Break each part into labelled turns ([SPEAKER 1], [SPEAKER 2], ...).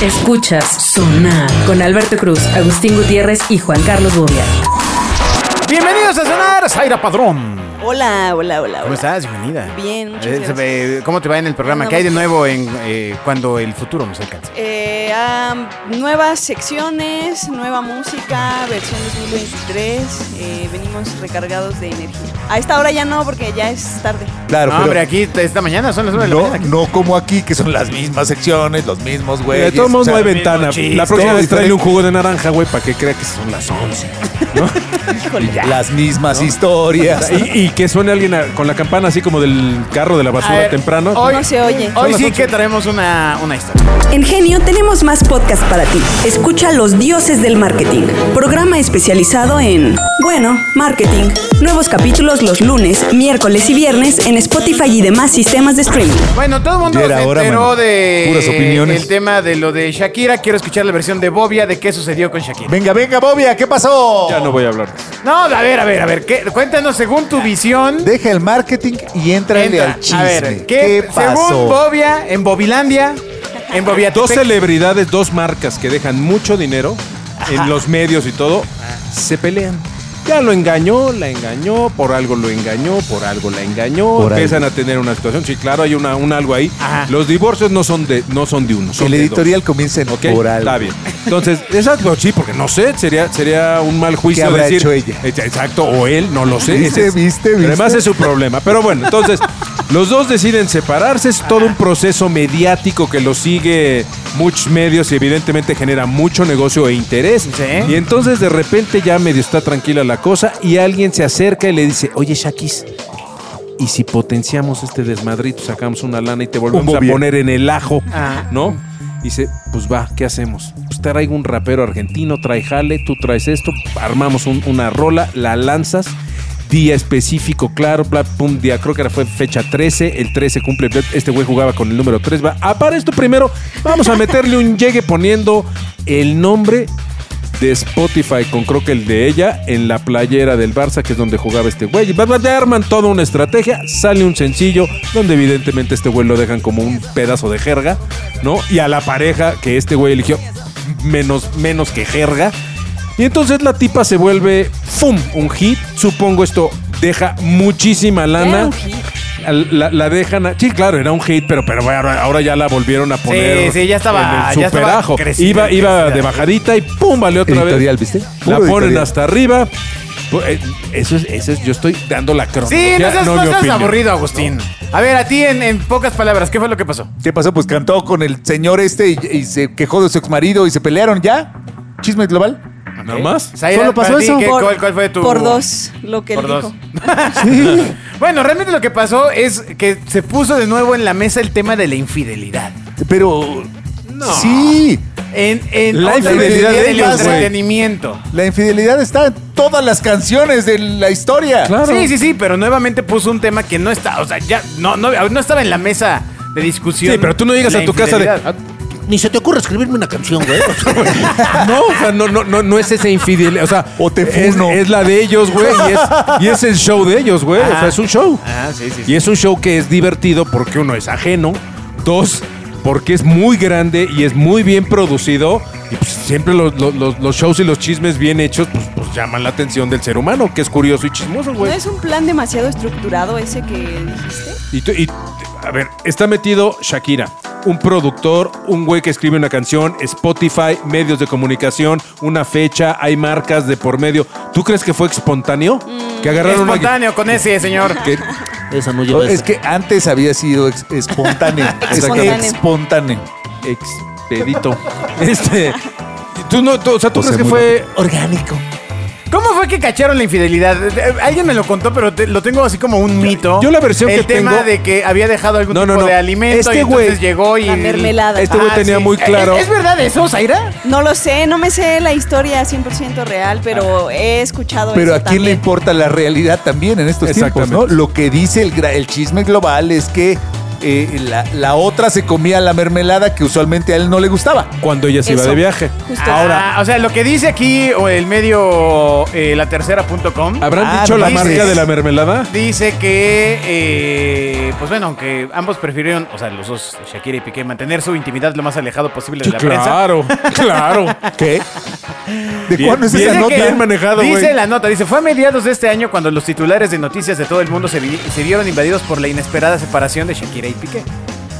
[SPEAKER 1] Escuchas Sonar con Alberto Cruz, Agustín Gutiérrez y Juan Carlos Bobia.
[SPEAKER 2] Bienvenidos a Sonar, Zaira Padrón.
[SPEAKER 3] Hola, hola, hola.
[SPEAKER 2] ¿Cómo
[SPEAKER 3] hola.
[SPEAKER 2] estás? Bienvenida.
[SPEAKER 3] Bien, muchas
[SPEAKER 2] Eh, se
[SPEAKER 3] gracias.
[SPEAKER 2] ve- ¿Cómo te va en el programa?
[SPEAKER 3] No, pues.
[SPEAKER 2] ¿Qué hay de
[SPEAKER 3] no.
[SPEAKER 2] nuevo en eh, cuando el futuro nos alcanza?
[SPEAKER 3] Eh, ah, nuevas secciones, nueva música, versión 2023. eh, venimos recargados de energía. A esta hora ya no, porque ya es tarde.
[SPEAKER 4] Claro,
[SPEAKER 2] no,
[SPEAKER 4] pero
[SPEAKER 2] hombre, aquí esta mañana son las nueve de la
[SPEAKER 4] no,
[SPEAKER 2] mañana.
[SPEAKER 4] no como aquí, que son las mismas secciones, los mismos güeyes.
[SPEAKER 5] De todos modos
[SPEAKER 4] Pues, o sea,
[SPEAKER 5] no hay ventana.
[SPEAKER 4] mismo
[SPEAKER 5] la
[SPEAKER 4] chiste,
[SPEAKER 5] próxima vez
[SPEAKER 4] todo
[SPEAKER 5] tráele un
[SPEAKER 4] diferente.
[SPEAKER 5] jugo de naranja, güey, para que crea que son las 11.
[SPEAKER 4] Las mismas historias.
[SPEAKER 5] Y, y que suene alguien a- con la campana así como del carro de la
[SPEAKER 2] A
[SPEAKER 5] basura
[SPEAKER 2] ver,
[SPEAKER 5] temprano.
[SPEAKER 2] Hoy,
[SPEAKER 3] No se oye.
[SPEAKER 2] Hoy sí que traemos una, una historia.
[SPEAKER 6] En Genio tenemos más podcast para ti. Escucha Los Dioses del Marketing, programa especializado en, bueno, marketing. Nuevos capítulos los lunes, miércoles y viernes en Spotify y demás sistemas de streaming.
[SPEAKER 2] Bueno, todo el mundo
[SPEAKER 4] Ya era
[SPEAKER 2] se
[SPEAKER 4] hora,
[SPEAKER 2] enteró
[SPEAKER 4] mano.
[SPEAKER 2] de
[SPEAKER 4] Puras opiniones.
[SPEAKER 2] el tema de lo de Shakira. Quiero escuchar la versión de Bobia de qué sucedió con Shakira.
[SPEAKER 4] Venga, venga, Bobia, ¿qué pasó?
[SPEAKER 5] Ya no voy a hablar.
[SPEAKER 2] No, a ver, a ver, a ver. ¿qué? Cuéntanos según tu visión.
[SPEAKER 4] Deja el marketing y entra
[SPEAKER 2] Entra.
[SPEAKER 4] al chisme.
[SPEAKER 2] A ver,
[SPEAKER 4] ¿qué,
[SPEAKER 2] ¿qué, según
[SPEAKER 4] pasó?
[SPEAKER 2] Bobia, en Bobilandia, en
[SPEAKER 5] Dos
[SPEAKER 2] Bobiatepec,
[SPEAKER 5] celebridades, dos marcas que dejan mucho dinero en los medios y todo, se pelean. Ya lo engañó, la engañó, por algo lo engañó, por algo la engañó.
[SPEAKER 4] Por
[SPEAKER 5] Empiezan a tener una situación. Sí, claro, hay una, un algo ahí.
[SPEAKER 2] Ajá.
[SPEAKER 5] Los divorcios no son de, no son de uno. Son
[SPEAKER 4] el
[SPEAKER 5] de
[SPEAKER 4] editorial comienza en
[SPEAKER 5] Ok,
[SPEAKER 4] oral.
[SPEAKER 5] está bien. Entonces, exacto, sí, porque no sé, sería, sería un mal juicio
[SPEAKER 4] ¿Qué habrá
[SPEAKER 5] decir.
[SPEAKER 4] hecho ella?
[SPEAKER 5] Ex- Exacto, o él, no lo sé.
[SPEAKER 4] ¿Viste,
[SPEAKER 5] Ese es-
[SPEAKER 4] viste,
[SPEAKER 5] pero
[SPEAKER 4] viste?
[SPEAKER 5] Además es su problema. Pero bueno, entonces, los dos deciden separarse, es todo un proceso mediático que lo sigue muchos medios y evidentemente genera mucho negocio e interés.
[SPEAKER 2] Sí.
[SPEAKER 5] Y entonces de repente ya medio está tranquila la cosa y alguien se acerca y le dice, oye Shakis. Y si potenciamos este desmadrito, sacamos una lana y te volvemos a
[SPEAKER 4] Bobia.
[SPEAKER 5] poner en el ajo.
[SPEAKER 2] Ah.
[SPEAKER 5] ¿no? Dice, pues va, ¿qué hacemos? Pues traigo un rapero argentino, trae jale, tú traes esto, armamos un- una rola, la lanzas, día específico, claro, bla, pum, día, creo que era fue fecha 13, el 13 cumple, bla, este güey jugaba con el número 3, va, ah, para esto primero, vamos a meterle un llegue poniendo el nombre de Spotify con creo que el de ella en la playera del Barça, que es donde jugaba este güey. Y bla, bla, bla, arman toda una estrategia, sale un sencillo, donde evidentemente este güey lo dejan como un pedazo de jerga, ¿no? Y a la pareja que este güey eligió menos, menos que jerga. Y entonces la tipa se vuelve, ¡fum! Un hit. Supongo esto deja muchísima lana.
[SPEAKER 3] Era un hit.
[SPEAKER 5] Al- La, la dejan. a- sí, claro, era un hit, pero, pero bueno, ahora, ahora ya la volvieron a poner.
[SPEAKER 2] sí, ya estaba-
[SPEAKER 5] En
[SPEAKER 2] ya
[SPEAKER 5] el
[SPEAKER 2] estaba
[SPEAKER 5] superajo.
[SPEAKER 2] crecida,
[SPEAKER 5] iba, iba
[SPEAKER 2] crecida.
[SPEAKER 5] de bajadita y ¡pum! Vale otra
[SPEAKER 4] Editorial,
[SPEAKER 5] vez.
[SPEAKER 4] ¿viste?
[SPEAKER 5] La
[SPEAKER 4] Puro
[SPEAKER 5] ponen
[SPEAKER 4] editorial.
[SPEAKER 5] hasta arriba. Pu- eh, Eso es, eso es, yo estoy dando la
[SPEAKER 2] Sí,
[SPEAKER 5] cronología.
[SPEAKER 2] no seas,
[SPEAKER 5] no
[SPEAKER 2] no
[SPEAKER 5] mi
[SPEAKER 2] seas
[SPEAKER 5] opinión.
[SPEAKER 2] aburrido, Agustín. A ver, a ti en, en pocas palabras, ¿qué fue lo que pasó?
[SPEAKER 4] ¿Qué pasó? Pues cantó con el señor este y, y se quejó de su exmarido y se pelearon ya. Chisme global.
[SPEAKER 5] ¿Nada más?
[SPEAKER 2] Zaira,
[SPEAKER 4] Solo pasó
[SPEAKER 2] para ti,
[SPEAKER 4] eso.
[SPEAKER 2] ¿qué- cuál, cuál fue tu...?
[SPEAKER 3] Por dos, lo que él
[SPEAKER 2] Por dos.
[SPEAKER 3] dijo.
[SPEAKER 2] Bueno, realmente lo que pasó es que se puso de nuevo en la mesa el tema de la infidelidad.
[SPEAKER 4] Pero. Sí.
[SPEAKER 2] En, en
[SPEAKER 5] La infidelidad
[SPEAKER 2] en
[SPEAKER 4] de
[SPEAKER 2] el
[SPEAKER 4] ellos, güey.
[SPEAKER 2] entretenimiento.
[SPEAKER 4] La infidelidad está en todas las canciones de la historia.
[SPEAKER 5] Claro.
[SPEAKER 2] Sí, sí, sí, pero nuevamente puso un tema que no está, o sea, ya no, no, no estaba en la mesa de discusión.
[SPEAKER 5] Sí, pero tú no llegas
[SPEAKER 2] la
[SPEAKER 5] a tu casa de.
[SPEAKER 2] infidelidad.
[SPEAKER 7] Ni se te ocurre escribirme una canción, güey.
[SPEAKER 5] No, o sea, no, no, no, no es esa infidelidad. O sea,
[SPEAKER 4] O te
[SPEAKER 5] es,
[SPEAKER 4] funo.
[SPEAKER 5] es la de ellos, güey. Y es, y es el show de ellos, güey. O
[SPEAKER 2] Ajá.
[SPEAKER 5] sea, es un show.
[SPEAKER 2] Ajá, sí, sí, sí.
[SPEAKER 5] Y es un show que es divertido porque uno es ajeno. Dos, porque es muy grande y es muy bien producido. Y pues siempre los, los- los- los shows y los chismes bien hechos, pues, pues, llaman la atención del ser humano, que es curioso y chismoso,
[SPEAKER 3] ¿No
[SPEAKER 2] Pues
[SPEAKER 5] güey.
[SPEAKER 3] es un plan demasiado estructurado ese que dijiste?
[SPEAKER 5] Y, tú- y- a ver, está metido Shakira, un productor, un güey que escribe una canción, Spotify, medios de comunicación, una fecha, hay marcas de por medio. ¿Tú crees que fue espontáneo? Que agarraron una...
[SPEAKER 2] Espontáneo con ese, señor.
[SPEAKER 5] que-
[SPEAKER 7] Esa no
[SPEAKER 4] No,
[SPEAKER 7] lleva
[SPEAKER 4] es
[SPEAKER 7] esa.
[SPEAKER 4] que antes había sido ex- espontáneo.
[SPEAKER 3] Espontáneo.
[SPEAKER 4] Exactamente. espontáneo.
[SPEAKER 5] expedito. este... Tú no, tú- o sea, ¿tú
[SPEAKER 4] José
[SPEAKER 5] crees que
[SPEAKER 4] Mudo.
[SPEAKER 5] fue
[SPEAKER 7] Orgánico.
[SPEAKER 2] ¿Cómo fue que cacharon la infidelidad? Eh, Alguien me lo contó, pero te- lo tengo así como un mito.
[SPEAKER 5] yo la versión
[SPEAKER 2] el
[SPEAKER 5] que
[SPEAKER 2] tema
[SPEAKER 5] tengo-
[SPEAKER 2] de que había dejado algún
[SPEAKER 5] No, no,
[SPEAKER 2] tipo
[SPEAKER 5] no.
[SPEAKER 2] de alimento
[SPEAKER 5] Este
[SPEAKER 2] y entonces
[SPEAKER 5] güey-
[SPEAKER 2] llegó y Ah,
[SPEAKER 3] La mermelada.
[SPEAKER 5] Este güey tenía muy claro-
[SPEAKER 2] ¿Es, es verdad eso, Zaira?
[SPEAKER 3] No lo sé, no me sé la historia 100% real,
[SPEAKER 2] Ah.
[SPEAKER 3] pero he escuchado
[SPEAKER 4] Pero a
[SPEAKER 3] eso
[SPEAKER 4] quién le
[SPEAKER 3] también.
[SPEAKER 4] importa la realidad también en estos tiempos, ¿no?
[SPEAKER 5] Exactamente.
[SPEAKER 4] Lo que dice el, gra- el chisme global es que eh, la, la otra se comía la mermelada que usualmente a él no le gustaba.
[SPEAKER 5] Cuando ella se iba
[SPEAKER 3] Eso.
[SPEAKER 5] de viaje.
[SPEAKER 3] Justo.
[SPEAKER 2] Ahora, Ah, o sea, lo que dice aquí o el medio eh, latercera.com
[SPEAKER 5] ¿Habrán
[SPEAKER 4] Ah,
[SPEAKER 5] dicho la
[SPEAKER 4] dices.
[SPEAKER 5] marca de la mermelada?
[SPEAKER 2] dice que, eh, pues bueno, aunque ambos prefirieron, o sea, los dos, Shakira y Piqué, mantener su intimidad lo más alejado posible de la prensa.
[SPEAKER 5] Claro, claro.
[SPEAKER 4] ¿Qué? ¿De
[SPEAKER 5] Bien,
[SPEAKER 4] cuándo es
[SPEAKER 5] bien,
[SPEAKER 4] esa
[SPEAKER 2] Dice
[SPEAKER 4] nota?
[SPEAKER 2] que-
[SPEAKER 5] bien manejado,
[SPEAKER 2] Dice
[SPEAKER 5] güey.
[SPEAKER 2] la nota, dice, fue a mediados de este año cuando los titulares de noticias de todo el mundo se, vi- se vieron invadidos por la inesperada separación de Shakira y Piqué.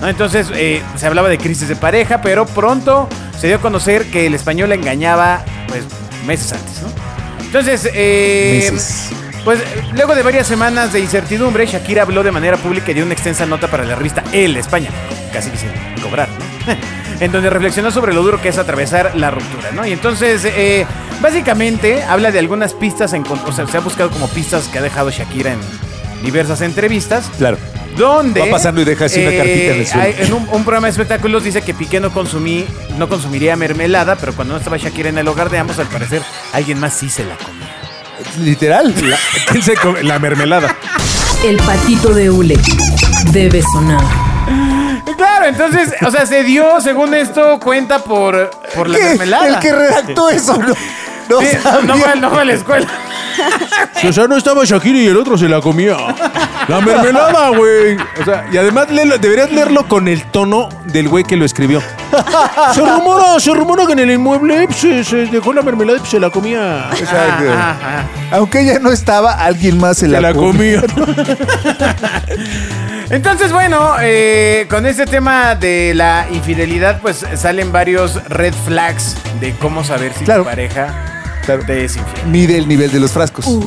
[SPEAKER 2] ¿No? Entonces eh, se hablaba de crisis de pareja, pero pronto se dio a conocer que el español la engañaba pues meses antes, ¿no? Entonces, eh,
[SPEAKER 4] Meses.
[SPEAKER 2] pues eh, luego de varias semanas de incertidumbre, Shakira habló de manera pública y dio una extensa nota para la revista El España, casi que sin cobrar, ¿no? en donde reflexionó sobre lo duro que es atravesar la ruptura, ¿no? Y entonces, eh, básicamente, habla de algunas pistas, en, o sea, se ha buscado como pistas que ha dejado Shakira en diversas entrevistas,
[SPEAKER 4] Claro.
[SPEAKER 2] donde eh,
[SPEAKER 4] Va pasando y deja así una cartita en el suelo.
[SPEAKER 2] hay- en un, un programa de espectáculos dice que Piqué no consumí, no consumiría mermelada, pero cuando no estaba Shakira en el hogar de ambos, al parecer alguien más sí se la comía.
[SPEAKER 4] Literal.
[SPEAKER 5] ¿Quién se come? La mermelada.
[SPEAKER 1] El patito de hule debe sonar.
[SPEAKER 2] Claro, entonces, o sea, se dio, según esto, cuenta por, por la
[SPEAKER 4] ¿Qué?
[SPEAKER 2] mermelada.
[SPEAKER 4] El que redactó eso no, no
[SPEAKER 2] Sí,
[SPEAKER 4] sabía.
[SPEAKER 2] no, fue, no fue a la escuela.
[SPEAKER 5] O sea, no estaba Shakira y el otro se la comía. La mermelada, güey. O sea, y además léelo- deberías leerlo con el tono del güey que lo escribió. Se rumora, se rumora que en el inmueble pues, se, se dejó la mermelada y pues, se la comía.
[SPEAKER 4] Exacto.
[SPEAKER 2] Ajá, ajá.
[SPEAKER 4] Aunque ella no estaba, alguien más se,
[SPEAKER 5] Se la
[SPEAKER 4] comió.
[SPEAKER 5] comía.
[SPEAKER 2] Entonces, bueno, eh, con este tema de la infidelidad, pues salen varios red flags de cómo saber si
[SPEAKER 4] Claro.
[SPEAKER 2] tu pareja
[SPEAKER 4] Claro.
[SPEAKER 2] te es infiel.
[SPEAKER 4] Mide el nivel de los frascos.
[SPEAKER 2] Sí,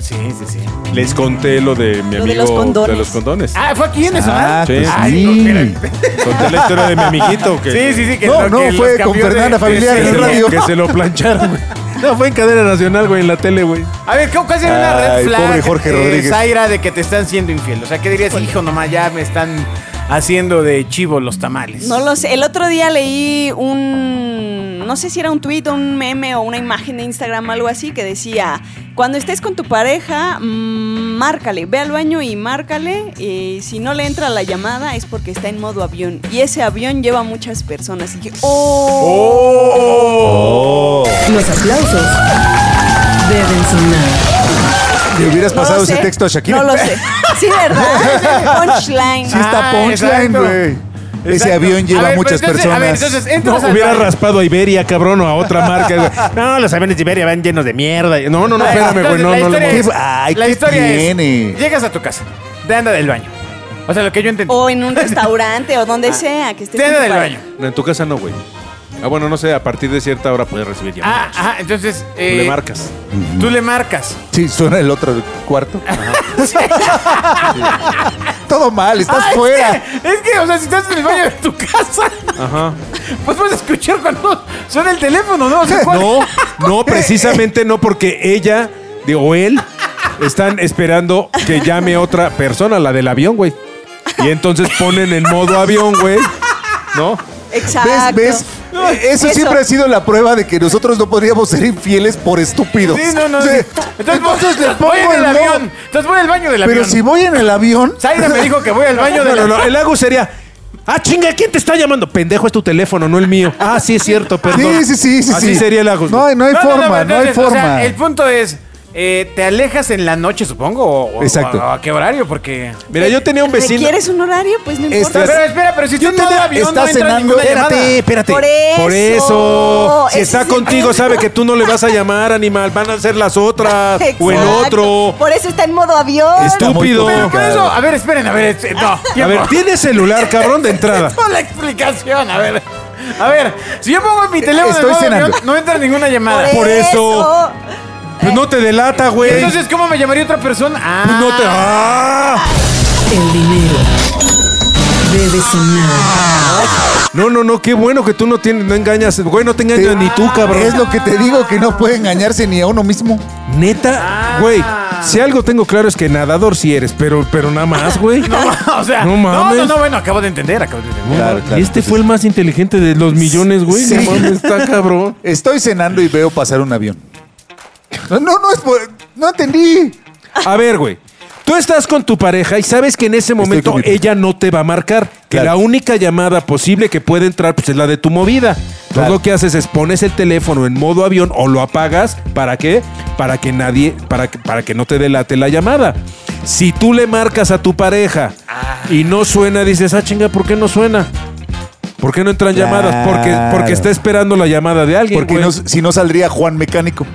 [SPEAKER 2] sí, sí.
[SPEAKER 5] Les conté lo de mi
[SPEAKER 3] Lo
[SPEAKER 5] amigo
[SPEAKER 3] de los condones.
[SPEAKER 5] de los condones.
[SPEAKER 2] Ah, ¿fue aquí en eso?
[SPEAKER 4] Ah,
[SPEAKER 5] Sí.
[SPEAKER 4] pues
[SPEAKER 2] Ay,
[SPEAKER 4] sí.
[SPEAKER 2] no, espérate.
[SPEAKER 5] Conté la historia de mi amiguito. Que,
[SPEAKER 2] Sí, sí, sí. Que
[SPEAKER 4] No,
[SPEAKER 2] que
[SPEAKER 4] no,
[SPEAKER 2] los
[SPEAKER 4] fue con
[SPEAKER 2] cambió
[SPEAKER 4] Fernanda Familiar
[SPEAKER 2] sí,
[SPEAKER 4] en
[SPEAKER 5] Que se,
[SPEAKER 2] sí.
[SPEAKER 4] el radio.
[SPEAKER 5] lo, que se lo plancharon, güey. No, fue en cadena nacional, güey, en la tele, güey.
[SPEAKER 2] A ver, ¿cómo casi una red
[SPEAKER 4] Ay,
[SPEAKER 2] flag?
[SPEAKER 4] pobre Jorge
[SPEAKER 2] eh,
[SPEAKER 4] Rodríguez.
[SPEAKER 2] Zaira, de que te están siendo infiel. O sea, ¿qué dirías? Hijo, nomás ya me están haciendo de chivo los tamales.
[SPEAKER 3] No lo sé. El otro día leí un. No sé si era un tweet o un meme o una imagen de Instagram, algo así, que decía: Cuando estés con tu pareja, mm, márcale. Ve al baño y márcale. Y si no le entra la llamada, es porque está en modo avión. Y ese avión lleva muchas personas. Y dije: ¡Oh!
[SPEAKER 1] Los aplausos deben sonar.
[SPEAKER 4] ¿Le hubieras
[SPEAKER 3] No lo
[SPEAKER 4] pasado ese
[SPEAKER 3] sé,
[SPEAKER 4] texto a Shakira?
[SPEAKER 3] No lo sé. Sí, ¿verdad? Punchline.
[SPEAKER 4] Sí está
[SPEAKER 2] Ah,
[SPEAKER 4] punchline,
[SPEAKER 2] exacto.
[SPEAKER 4] güey. Ese
[SPEAKER 2] Exacto.
[SPEAKER 4] avión
[SPEAKER 2] A
[SPEAKER 4] lleva
[SPEAKER 2] ver, pero
[SPEAKER 4] muchas
[SPEAKER 2] entonces,
[SPEAKER 4] personas.
[SPEAKER 2] A ver, entonces,
[SPEAKER 5] No,
[SPEAKER 2] entras al
[SPEAKER 5] hubiera
[SPEAKER 2] baño.
[SPEAKER 5] raspado a Iberia, cabrón, o a otra marca. güey.
[SPEAKER 7] No, los aviones de Iberia van llenos de mierda.
[SPEAKER 5] No, no, no,
[SPEAKER 2] Ay,
[SPEAKER 5] espérame, güey.
[SPEAKER 2] entonces,
[SPEAKER 5] No,
[SPEAKER 2] la
[SPEAKER 5] no,
[SPEAKER 2] historia
[SPEAKER 5] no.
[SPEAKER 2] es-
[SPEAKER 4] Ay,
[SPEAKER 2] la
[SPEAKER 4] ¿qué
[SPEAKER 2] historia
[SPEAKER 4] tiene?
[SPEAKER 2] es, llegas a tu casa, te anda del baño. O sea, lo que yo entendí.
[SPEAKER 3] O en un restaurante o
[SPEAKER 4] Ah.
[SPEAKER 3] donde sea que estés.
[SPEAKER 2] te
[SPEAKER 3] con
[SPEAKER 2] anda
[SPEAKER 3] tu
[SPEAKER 2] del
[SPEAKER 3] pareja.
[SPEAKER 2] baño.
[SPEAKER 5] No, en tu casa no, güey. Ah, bueno, no sé, a partir de cierta hora puedes recibir
[SPEAKER 2] Ah,
[SPEAKER 5] llamadas.
[SPEAKER 2] ajá, entonces...
[SPEAKER 5] Tú
[SPEAKER 2] eh,
[SPEAKER 5] le marcas.
[SPEAKER 2] Tú le marcas.
[SPEAKER 4] Sí, suena el otro cuarto. Todo mal, estás
[SPEAKER 2] Ah, es
[SPEAKER 4] fuera.
[SPEAKER 2] que- Es que, o sea, si estás en el baño de tu casa,
[SPEAKER 5] Ajá.
[SPEAKER 2] pues puedes escuchar cuando suena el teléfono, ¿no? O sea, ¿cuál-
[SPEAKER 5] No, no, precisamente no, porque ella de- o él están esperando que llame otra persona, la del avión, güey. Y entonces ponen en modo avión, güey. ¿No?
[SPEAKER 3] Exacto.
[SPEAKER 4] ¿Ves? ¿Ves? Eso,
[SPEAKER 3] Eso.
[SPEAKER 4] siempre ha sido la prueba de que nosotros no podríamos ser infieles por estúpidos.
[SPEAKER 2] Sí, no, no.
[SPEAKER 4] Sí.
[SPEAKER 2] sí.
[SPEAKER 4] Entonces, le pongo
[SPEAKER 2] voy en el
[SPEAKER 4] no.
[SPEAKER 2] avión. Entonces voy al baño del avión.
[SPEAKER 4] Pero si voy en el avión,
[SPEAKER 2] Zaira me dijo que voy al baño
[SPEAKER 5] No,
[SPEAKER 2] del
[SPEAKER 5] no,
[SPEAKER 2] avión.
[SPEAKER 5] no. El lago sería. Ah, chinga, ¿quién te está llamando? Pendejo, es tu teléfono, no el mío. Ah, sí, es cierto, perdón.
[SPEAKER 4] Sí, sí, sí, sí,
[SPEAKER 5] Así
[SPEAKER 4] sí.
[SPEAKER 5] sería el lago.
[SPEAKER 4] No, hay- no hay
[SPEAKER 2] No, no, no,
[SPEAKER 4] forma, no, hay
[SPEAKER 2] entonces,
[SPEAKER 4] forma.
[SPEAKER 2] O sea, el punto es, eh, ¿te alejas en la noche, supongo? O, o-
[SPEAKER 4] Exacto.
[SPEAKER 2] o ¿A qué horario? Porque...
[SPEAKER 5] Mira, yo tenía un vecino.
[SPEAKER 3] ¿Requieres un horario? Pues no importa.
[SPEAKER 2] Pero espera, pero si
[SPEAKER 4] Yo
[SPEAKER 2] estás en modo
[SPEAKER 4] tenía-
[SPEAKER 2] avión, no
[SPEAKER 4] estás
[SPEAKER 2] entra
[SPEAKER 4] cenando-
[SPEAKER 2] ninguna llamada.
[SPEAKER 5] espérate.
[SPEAKER 3] Por eso.
[SPEAKER 5] Por eso. Si
[SPEAKER 3] Ese
[SPEAKER 5] está
[SPEAKER 3] es el
[SPEAKER 5] contigo,
[SPEAKER 3] punto.
[SPEAKER 5] sabe que tú no le vas a llamar, animal. Van a ser las otras. O en
[SPEAKER 3] Exacto.
[SPEAKER 5] otro.
[SPEAKER 3] Por eso está en modo avión.
[SPEAKER 5] Está muy
[SPEAKER 4] Estúpido.
[SPEAKER 2] Pero por
[SPEAKER 5] complicado.
[SPEAKER 2] eso, a ver, esperen, a ver, es- no,
[SPEAKER 5] A ver, tiene celular, cabrón, de entrada.
[SPEAKER 2] toda la explicación, a ver. A ver, si yo pongo mi teléfono en
[SPEAKER 4] Estoy
[SPEAKER 2] modo avión,
[SPEAKER 4] cenando.
[SPEAKER 2] no entra ninguna llamada.
[SPEAKER 5] Por eso. Pues no te delata, güey.
[SPEAKER 2] Entonces, ¿cómo me llamaría otra persona? Ah,
[SPEAKER 5] Pues no te. ¡Ah!
[SPEAKER 1] El dinero debe sonar.
[SPEAKER 5] No, no, no, qué bueno que tú no tienes, no engañas. Güey, no te engañas ni tú, cabrón.
[SPEAKER 4] Es lo que te digo, que no puede engañarse ni a uno mismo.
[SPEAKER 2] Ah.
[SPEAKER 5] Neta, güey. Si algo tengo claro es que nadador sí eres, pero, pero nada más, güey.
[SPEAKER 2] No, o sea, no,
[SPEAKER 5] No
[SPEAKER 2] no,
[SPEAKER 5] mames.
[SPEAKER 2] no, bueno, acabo de entender, acabo de entender.
[SPEAKER 4] Claro, claro, pues
[SPEAKER 5] y este fue el más inteligente de los millones, güey.
[SPEAKER 4] Sí.
[SPEAKER 5] No mames, está cabrón.
[SPEAKER 4] Estoy cenando y veo pasar un avión. No, no, no es por- No entendí.
[SPEAKER 5] A ver, güey. Tú estás con tu pareja y sabes que en ese momento
[SPEAKER 4] con mi-
[SPEAKER 5] ella no te va a marcar. Que
[SPEAKER 4] Claro.
[SPEAKER 5] la única llamada posible que puede entrar pues, es la de tu movida.
[SPEAKER 4] Claro.
[SPEAKER 5] Entonces lo que haces es pones el teléfono en modo avión o lo apagas. ¿Para qué? Para que nadie, para que, para que no te delate la llamada. Si tú le marcas a tu pareja y no suena, dices, ah, chinga, ¿por qué no suena? ¿Por qué no entran llamadas? Porque, porque
[SPEAKER 4] Claro.
[SPEAKER 5] está esperando la llamada de alguien.
[SPEAKER 4] Porque
[SPEAKER 5] güey.
[SPEAKER 4] no- si no saldría Juan Mecánico.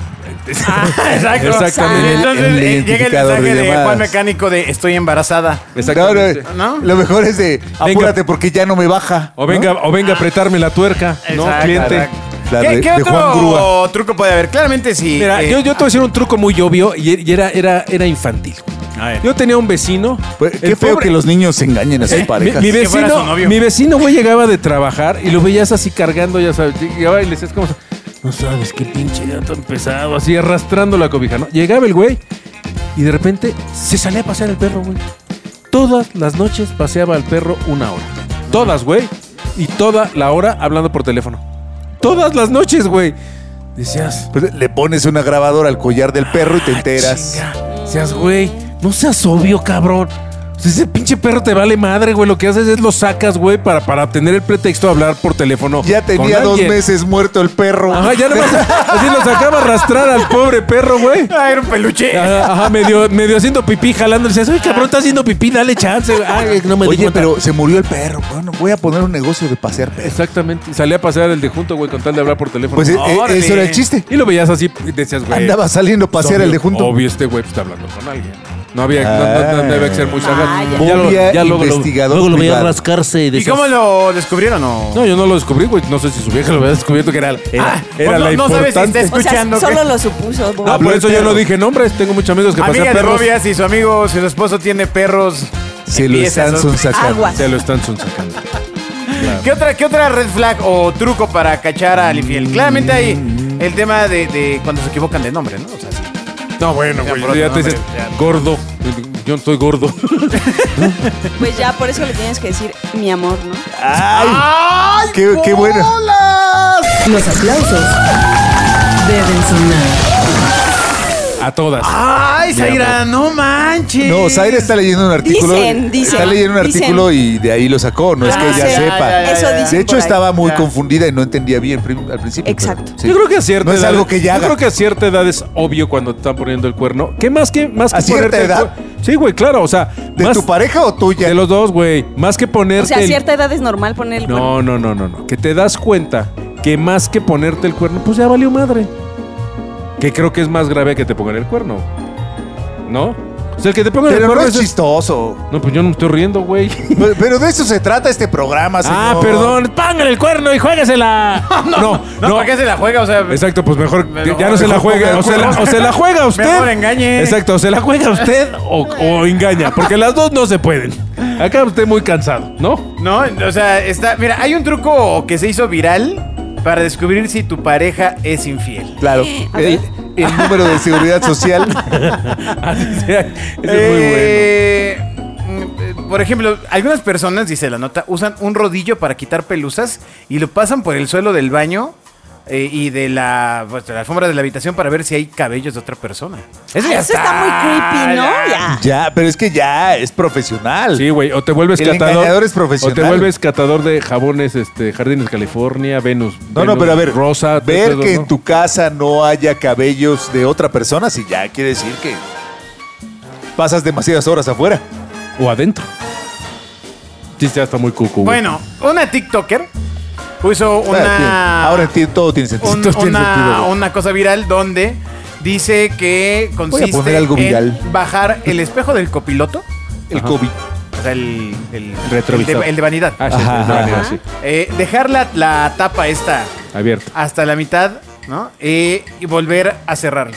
[SPEAKER 2] Ah, Exacto.
[SPEAKER 5] Exactamente.
[SPEAKER 2] Y
[SPEAKER 4] El-
[SPEAKER 2] Entonces
[SPEAKER 4] el
[SPEAKER 2] eh, llega el
[SPEAKER 4] identificador de
[SPEAKER 2] mensaje de,
[SPEAKER 4] llamadas.
[SPEAKER 2] Juan Mecánico de estoy embarazada.
[SPEAKER 5] Exactamente.
[SPEAKER 4] No, no,
[SPEAKER 2] ¿No?
[SPEAKER 4] Lo mejor es de apúrate porque ya no me baja.
[SPEAKER 5] O venga, o venga a apretarme la tuerca, ¿no?
[SPEAKER 2] Exacto,
[SPEAKER 5] Cliente.
[SPEAKER 2] exacto.
[SPEAKER 4] La
[SPEAKER 2] ¿Qué,
[SPEAKER 4] de-
[SPEAKER 2] qué
[SPEAKER 4] de Juan
[SPEAKER 2] otro
[SPEAKER 4] Grúa.
[SPEAKER 2] truco puede haber? Claramente sí.
[SPEAKER 5] Mira,
[SPEAKER 2] eh,
[SPEAKER 5] yo, yo te voy a decir un truco muy obvio y y era, era, era infantil.
[SPEAKER 2] A ver.
[SPEAKER 5] Yo tenía un vecino.
[SPEAKER 4] Pues, qué
[SPEAKER 5] el
[SPEAKER 4] feo
[SPEAKER 5] pobre- Eh,
[SPEAKER 4] que los niños se engañen a sus
[SPEAKER 5] mi-
[SPEAKER 4] parejas.
[SPEAKER 5] Mi,
[SPEAKER 2] Que fuera su
[SPEAKER 5] vecino,
[SPEAKER 2] novio.
[SPEAKER 5] mi vecino, güey, llegaba de trabajar y lo veías así cargando, ya sabes. Llegaba y le decías como, no sabes qué pinche gato empezado, así arrastrando la cobija, ¿no? Llegaba el güey y de repente se salía a pasear el perro, güey. Todas las noches paseaba al perro una hora. Todas, güey. Y toda la hora hablando por teléfono. Todas las noches, güey. Decías,
[SPEAKER 4] Pues, le pones una grabadora al collar del perro y te enteras.
[SPEAKER 5] Ah, Chinga. Seas, güey. No seas obvio, cabrón. O sea, Ese pinche perro te vale madre, güey. Lo que haces es lo sacas, güey, para, para tener el pretexto de hablar por teléfono.
[SPEAKER 4] Ya tenía
[SPEAKER 5] con
[SPEAKER 4] dos
[SPEAKER 5] alguien.
[SPEAKER 4] meses muerto el perro.
[SPEAKER 5] Ajá, ya nomás así lo sacaba a arrastrar al pobre perro, güey.
[SPEAKER 2] Ah, era un peluche.
[SPEAKER 5] Ajá, ajá, medio, medio haciendo pipí, jalando. Dices, oye, cabrón, está haciendo pipí, dale chance. güey. Ay, no me di
[SPEAKER 4] Oye,
[SPEAKER 5] cuenta.
[SPEAKER 4] pero se murió el perro. Bueno, voy a poner un negocio de pasear perros.
[SPEAKER 5] Exactamente. Salía a pasear el de junto, güey, con tal de hablar por teléfono.
[SPEAKER 4] Pues eh, eh,
[SPEAKER 2] Órale.
[SPEAKER 4] eso era el chiste.
[SPEAKER 5] y lo veías así y decías, güey.
[SPEAKER 4] Andaba saliendo a pasear
[SPEAKER 5] obvio-
[SPEAKER 4] el de junto.
[SPEAKER 5] Obvio, este güey pues, está hablando con alguien. No había, no, no- no- no había que ser muy sagaz.
[SPEAKER 3] Ah,
[SPEAKER 4] ya. Bobia investigador
[SPEAKER 8] luego lo veía
[SPEAKER 4] privado.
[SPEAKER 8] rascarse y
[SPEAKER 2] ¿Y
[SPEAKER 8] decías,
[SPEAKER 2] cómo lo descubrieron o
[SPEAKER 5] No, yo no lo descubrí, güey. No sé si su vieja lo hubiera descubierto que era, pues, era,
[SPEAKER 2] Ah,
[SPEAKER 5] era
[SPEAKER 2] no-
[SPEAKER 5] la
[SPEAKER 2] no sabes si
[SPEAKER 5] importante.
[SPEAKER 2] está
[SPEAKER 3] O sea,
[SPEAKER 2] escuchando. ¿qué?
[SPEAKER 3] solo lo supuso. Bob.
[SPEAKER 5] Ah, por
[SPEAKER 4] el
[SPEAKER 5] eso yo
[SPEAKER 4] perro.
[SPEAKER 5] no dije nombres. Tengo muchos amigos que pasean
[SPEAKER 2] Amiga de
[SPEAKER 5] perros.
[SPEAKER 2] Robia, si su amigo, si su esposo tiene perros.
[SPEAKER 4] Se lo
[SPEAKER 2] empieza
[SPEAKER 4] están
[SPEAKER 2] a sos-
[SPEAKER 4] sonsacando.
[SPEAKER 3] Aguas.
[SPEAKER 5] Se lo están sonsacando.
[SPEAKER 2] ¿Qué otra, ¿Qué otra red flag o truco para cachar al infiel? Claramente hay el tema de, de cuando se equivocan de nombre, ¿no? O sea, sí.
[SPEAKER 5] No, bueno,
[SPEAKER 2] Ya,
[SPEAKER 5] güey.
[SPEAKER 2] por
[SPEAKER 5] Ya
[SPEAKER 2] otro
[SPEAKER 5] te dices,
[SPEAKER 2] nombre, ya.
[SPEAKER 5] gordo. Yo no estoy gordo.
[SPEAKER 3] Pues ya, por eso le tienes que decir mi amor, ¿no?
[SPEAKER 4] ¡Ay, qué, qué bueno!
[SPEAKER 1] Los aplausos deben sonar.
[SPEAKER 5] A todas.
[SPEAKER 2] ¡Ay,
[SPEAKER 5] Zaira,
[SPEAKER 2] no manches!
[SPEAKER 4] No, Zaire está leyendo un artículo.
[SPEAKER 3] Dicen, dicen,
[SPEAKER 4] está leyendo un
[SPEAKER 3] dicen. Ah,
[SPEAKER 4] artículo y de ahí lo sacó. No es que ella
[SPEAKER 3] Dicen.
[SPEAKER 4] sepa.
[SPEAKER 3] Eso dicen
[SPEAKER 4] De hecho,
[SPEAKER 3] por ahí.
[SPEAKER 4] estaba muy
[SPEAKER 2] Ya.
[SPEAKER 4] confundida y no entendía bien prim- al principio.
[SPEAKER 3] Exacto.
[SPEAKER 4] pero sí.
[SPEAKER 5] Yo creo que a cierta
[SPEAKER 4] No es
[SPEAKER 5] edad-
[SPEAKER 4] algo que ya
[SPEAKER 5] Yo
[SPEAKER 4] haga.
[SPEAKER 5] creo que a cierta edad es obvio cuando te están poniendo el cuerno. ¿Qué más que más que
[SPEAKER 4] ¿A cierta
[SPEAKER 5] ponerte el
[SPEAKER 4] edad?
[SPEAKER 5] cuer- Sí, güey, claro. O sea,
[SPEAKER 4] ¿De
[SPEAKER 5] más-
[SPEAKER 4] tu pareja o tuya?
[SPEAKER 5] de los dos, güey. Más que ponerte.
[SPEAKER 3] O sea, a
[SPEAKER 5] el-
[SPEAKER 3] cierta edad es normal poner el cuerno.
[SPEAKER 5] No, no, no, no, no. Que te das cuenta que más que ponerte el cuerno, pues ya valió madre. Que creo que es más grave que te pongan el cuerno. ¿No? O sea, el que te pongan el
[SPEAKER 4] Pero no
[SPEAKER 5] cuerno
[SPEAKER 4] es
[SPEAKER 5] eso es-
[SPEAKER 4] chistoso.
[SPEAKER 5] No, pues yo no me estoy riendo, güey.
[SPEAKER 4] Pero- Pero de eso se trata este programa, señor.
[SPEAKER 5] Ah, perdón. Pongan el cuerno y juégasela. no, no,
[SPEAKER 2] No, ¿para qué se la juega? O sea,
[SPEAKER 5] Exacto, pues mejor
[SPEAKER 2] Mejor-
[SPEAKER 5] ya no se la
[SPEAKER 2] mejor
[SPEAKER 5] juega.
[SPEAKER 2] ponga el
[SPEAKER 5] O se la,
[SPEAKER 2] cuerno.
[SPEAKER 5] o se la juega usted.
[SPEAKER 2] Mejor engañe.
[SPEAKER 5] Exacto, o se la juega usted o, o engaña. Porque las dos no se pueden. Acá usted muy cansado, ¿no?
[SPEAKER 2] no, o sea, está. Mira, hay un truco que se hizo viral para descubrir si tu pareja es infiel.
[SPEAKER 4] Claro.
[SPEAKER 3] A ver.
[SPEAKER 4] El, el número de seguridad social.
[SPEAKER 5] Ese es muy bueno.
[SPEAKER 2] Eh, mm, eh, Por ejemplo, algunas personas, dice la nota, usan un rodillo para quitar pelusas y lo pasan por el suelo del baño eh, y de la, pues, de la alfombra de la habitación para ver si hay cabellos de otra persona. Eso ya
[SPEAKER 3] Eso está muy creepy, ¿no? Ya.
[SPEAKER 4] ya, pero es que ya es profesional.
[SPEAKER 5] Sí, güey, o te vuelves
[SPEAKER 4] El
[SPEAKER 5] catador.
[SPEAKER 4] engañador es profesional.
[SPEAKER 5] O te vuelves catador de jabones, este, Jardines California, Venus.
[SPEAKER 4] No, no,
[SPEAKER 5] Venus
[SPEAKER 4] pero a ver,
[SPEAKER 5] Rosa,
[SPEAKER 4] ver
[SPEAKER 5] todo,
[SPEAKER 4] que
[SPEAKER 5] ¿no?
[SPEAKER 4] en tu casa no haya cabellos de otra persona, si ya quiere decir que pasas demasiadas horas afuera.
[SPEAKER 5] O adentro. Sí, ya está muy cucu. güey.
[SPEAKER 2] Bueno, una TikToker puso
[SPEAKER 4] O sea, tiene-
[SPEAKER 2] una.
[SPEAKER 4] Ahora entiendo, todo tiene sentido.
[SPEAKER 2] un-
[SPEAKER 4] Todo tiene
[SPEAKER 2] una,
[SPEAKER 4] sentido.
[SPEAKER 2] una cosa viral donde dice que consiste
[SPEAKER 4] poner algo
[SPEAKER 2] en
[SPEAKER 4] viral.
[SPEAKER 2] bajar el espejo del copiloto,
[SPEAKER 4] El COVID.
[SPEAKER 2] o sea, el, el,
[SPEAKER 5] Retrovisor.
[SPEAKER 2] el de, el de vanidad.
[SPEAKER 5] Ah, sí, sí,
[SPEAKER 4] Ajá,
[SPEAKER 5] de manera
[SPEAKER 3] ajá.
[SPEAKER 5] así,
[SPEAKER 2] Eh, dejar la, la tapa esta
[SPEAKER 5] abierto.
[SPEAKER 2] hasta la mitad, ¿no? Eh, y volver a cerrarlo.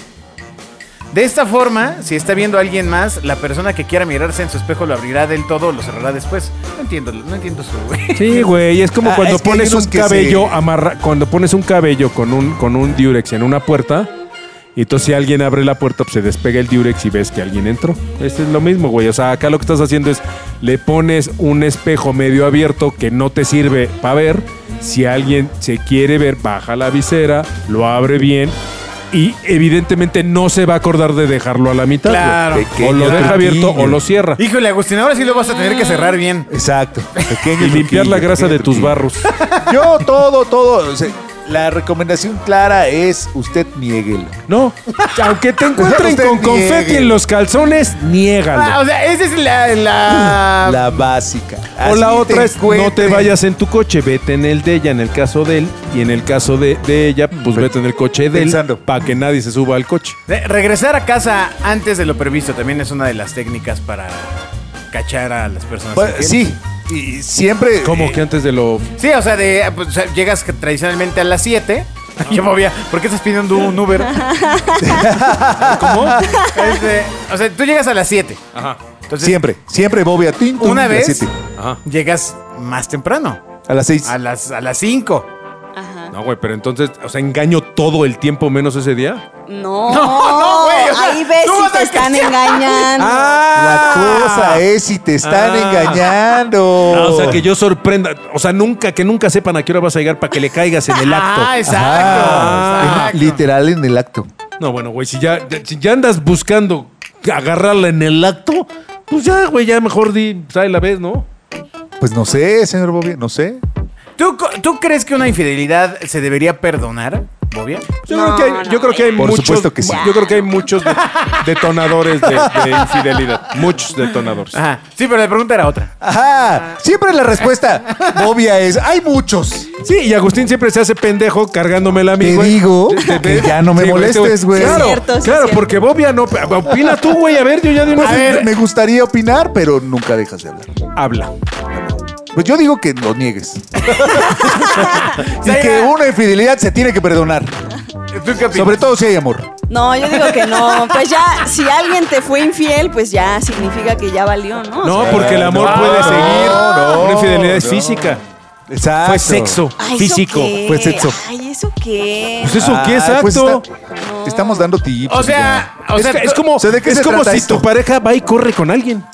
[SPEAKER 2] De esta forma, si está viendo a alguien más, la persona que quiera mirarse en su espejo lo abrirá del todo o lo cerrará después. No entiendo, no entiendo su...
[SPEAKER 5] Sí, güey, es como
[SPEAKER 4] Ah,
[SPEAKER 5] cuando
[SPEAKER 4] es que hay
[SPEAKER 5] pones
[SPEAKER 4] unos
[SPEAKER 5] un
[SPEAKER 4] que
[SPEAKER 5] cabello
[SPEAKER 4] se-
[SPEAKER 5] amarra, cuando pones un cabello con un con un diurex en una puerta y entonces si alguien abre la puerta, pues se despega el diurex y ves que alguien entró. Este es lo mismo, güey. O sea, acá lo que estás haciendo es le pones un espejo medio abierto que no te sirve para ver. Si alguien se quiere ver, baja la visera, lo abre bien y evidentemente no se va a acordar de dejarlo a la mitad. güey.
[SPEAKER 2] Claro.
[SPEAKER 5] O lo
[SPEAKER 4] Pequeño
[SPEAKER 5] deja abierto
[SPEAKER 4] truquillo.
[SPEAKER 5] o lo cierra. Y,
[SPEAKER 2] Híjole, Agustín, ahora sí lo vas a tener que cerrar bien.
[SPEAKER 4] Exacto. Pequeño
[SPEAKER 5] limpiar
[SPEAKER 4] truquillo,
[SPEAKER 5] la grasa
[SPEAKER 4] pequeño
[SPEAKER 5] de tus
[SPEAKER 4] truquillo.
[SPEAKER 5] barros.
[SPEAKER 4] Yo todo, todo. o sea, la recomendación clara es usted niéguelo.
[SPEAKER 5] No, aunque te encuentren
[SPEAKER 4] Usted
[SPEAKER 5] con
[SPEAKER 4] niegue.
[SPEAKER 5] confeti en los calzones,
[SPEAKER 2] Ah,
[SPEAKER 5] niégalo.
[SPEAKER 2] o sea, esa es la. la-
[SPEAKER 4] La básica.
[SPEAKER 5] O
[SPEAKER 4] Ah, Así
[SPEAKER 5] la otra es no te
[SPEAKER 4] encuentren.
[SPEAKER 5] vayas en tu coche, vete en el de ella, en el caso de él, y en el caso de, de ella, pues vete en el coche de
[SPEAKER 4] Pensando.
[SPEAKER 5] él para que nadie se suba al coche.
[SPEAKER 2] Re- Regresar a casa antes de lo previsto también es una de las técnicas para cachar a las personas.
[SPEAKER 4] Bueno,
[SPEAKER 2] infieles.
[SPEAKER 4] Pues, sí, y siempre. eh,
[SPEAKER 5] Como que antes de lo.
[SPEAKER 2] Sí, o sea, de, pues, o sea, llegas que tradicionalmente a las 7. Yo me voy a- ¿Por qué estás pidiendo un Uber? ¿Cómo? Este, o sea, tú llegas a las 7.
[SPEAKER 5] Ajá.
[SPEAKER 2] Entonces,
[SPEAKER 4] Siempre, siempre Bobby a tin, tum,
[SPEAKER 2] Una
[SPEAKER 4] a
[SPEAKER 2] vez.
[SPEAKER 4] las siete,
[SPEAKER 5] Ajá.
[SPEAKER 2] llegas más temprano.
[SPEAKER 4] A las seis.
[SPEAKER 2] A las, a las 5.
[SPEAKER 3] Ajá.
[SPEAKER 5] No, güey, pero entonces, o sea, engaño todo el tiempo menos ese día.
[SPEAKER 3] No,
[SPEAKER 2] no, güey, o sea,
[SPEAKER 3] ahí ves
[SPEAKER 2] tú
[SPEAKER 3] si
[SPEAKER 2] vas a
[SPEAKER 3] te están
[SPEAKER 2] cachar.
[SPEAKER 3] engañando.
[SPEAKER 4] La cosa es si te están
[SPEAKER 5] Ah.
[SPEAKER 4] engañando.
[SPEAKER 5] Ah, o sea, que yo sorprenda. O sea, nunca, que nunca sepan a qué hora vas a llegar para que le caigas en el acto.
[SPEAKER 2] Ah, exacto.
[SPEAKER 4] Ah,
[SPEAKER 2] exacto.
[SPEAKER 4] en- literal en el acto.
[SPEAKER 5] No, bueno, güey, si ya, ya- si ya andas buscando agarrarla en el acto, pues ya, güey, ya mejor di, trae la vez, ¿no?
[SPEAKER 4] Pues no sé, señor Bobby, no sé.
[SPEAKER 2] ¿Tú, co- ¿Tú crees que una infidelidad se debería perdonar, Bobia?
[SPEAKER 5] Yo
[SPEAKER 3] No,
[SPEAKER 5] creo que hay,
[SPEAKER 3] no,
[SPEAKER 5] yo creo que hay
[SPEAKER 4] Por
[SPEAKER 5] muchos.
[SPEAKER 4] supuesto que sí.
[SPEAKER 5] Yo creo que hay muchos de- detonadores de, de infidelidad. Muchos detonadores.
[SPEAKER 4] Ah.
[SPEAKER 2] Ajá. Sí, pero la pregunta era otra.
[SPEAKER 4] Ajá, siempre la respuesta obvia es, hay muchos.
[SPEAKER 5] Sí, y Agustín siempre se hace pendejo cargándome la
[SPEAKER 4] Te
[SPEAKER 5] güey.
[SPEAKER 4] digo
[SPEAKER 5] Te- te-
[SPEAKER 4] que ya no me
[SPEAKER 5] Sí, este
[SPEAKER 4] molestes, güey.
[SPEAKER 5] Claro,
[SPEAKER 3] Sí, es cierto, sí,
[SPEAKER 5] claro,
[SPEAKER 3] es cierto.
[SPEAKER 5] porque Bobia no. Opina tú, güey. A ver, yo ya de una
[SPEAKER 4] A
[SPEAKER 5] vez-
[SPEAKER 4] ver, Pues me gustaría opinar, pero nunca dejas de hablar.
[SPEAKER 5] Habla.
[SPEAKER 4] Pues yo digo que lo niegues. y que
[SPEAKER 2] Zaira.
[SPEAKER 4] una infidelidad se tiene que perdonar.
[SPEAKER 2] ¿Tú qué opinas?
[SPEAKER 4] Sobre todo si hay amor.
[SPEAKER 3] No, yo digo que no. Pues ya, si alguien te fue infiel, pues ya significa que ya valió, ¿no? O
[SPEAKER 5] No,
[SPEAKER 3] sea,
[SPEAKER 5] porque el amor
[SPEAKER 2] no,
[SPEAKER 5] puede
[SPEAKER 2] no,
[SPEAKER 5] seguir.
[SPEAKER 4] no,
[SPEAKER 5] una infidelidad es
[SPEAKER 4] no.
[SPEAKER 5] física.
[SPEAKER 4] Exacto.
[SPEAKER 5] Fue sexo,
[SPEAKER 3] ay, ¿eso
[SPEAKER 5] físico.
[SPEAKER 3] qué?
[SPEAKER 4] Fue sexo.
[SPEAKER 3] Ay, ¿eso qué?
[SPEAKER 5] Pues eso qué,
[SPEAKER 4] Ay,
[SPEAKER 5] exacto.
[SPEAKER 4] pues está- te estamos dando tips.
[SPEAKER 2] O sea, o
[SPEAKER 5] es,
[SPEAKER 2] sea,
[SPEAKER 5] es
[SPEAKER 2] tú-
[SPEAKER 5] como,
[SPEAKER 4] O sea, ¿de qué
[SPEAKER 5] es
[SPEAKER 4] se
[SPEAKER 5] como
[SPEAKER 4] trata
[SPEAKER 5] si
[SPEAKER 4] esto?
[SPEAKER 5] tu pareja va y corre con alguien.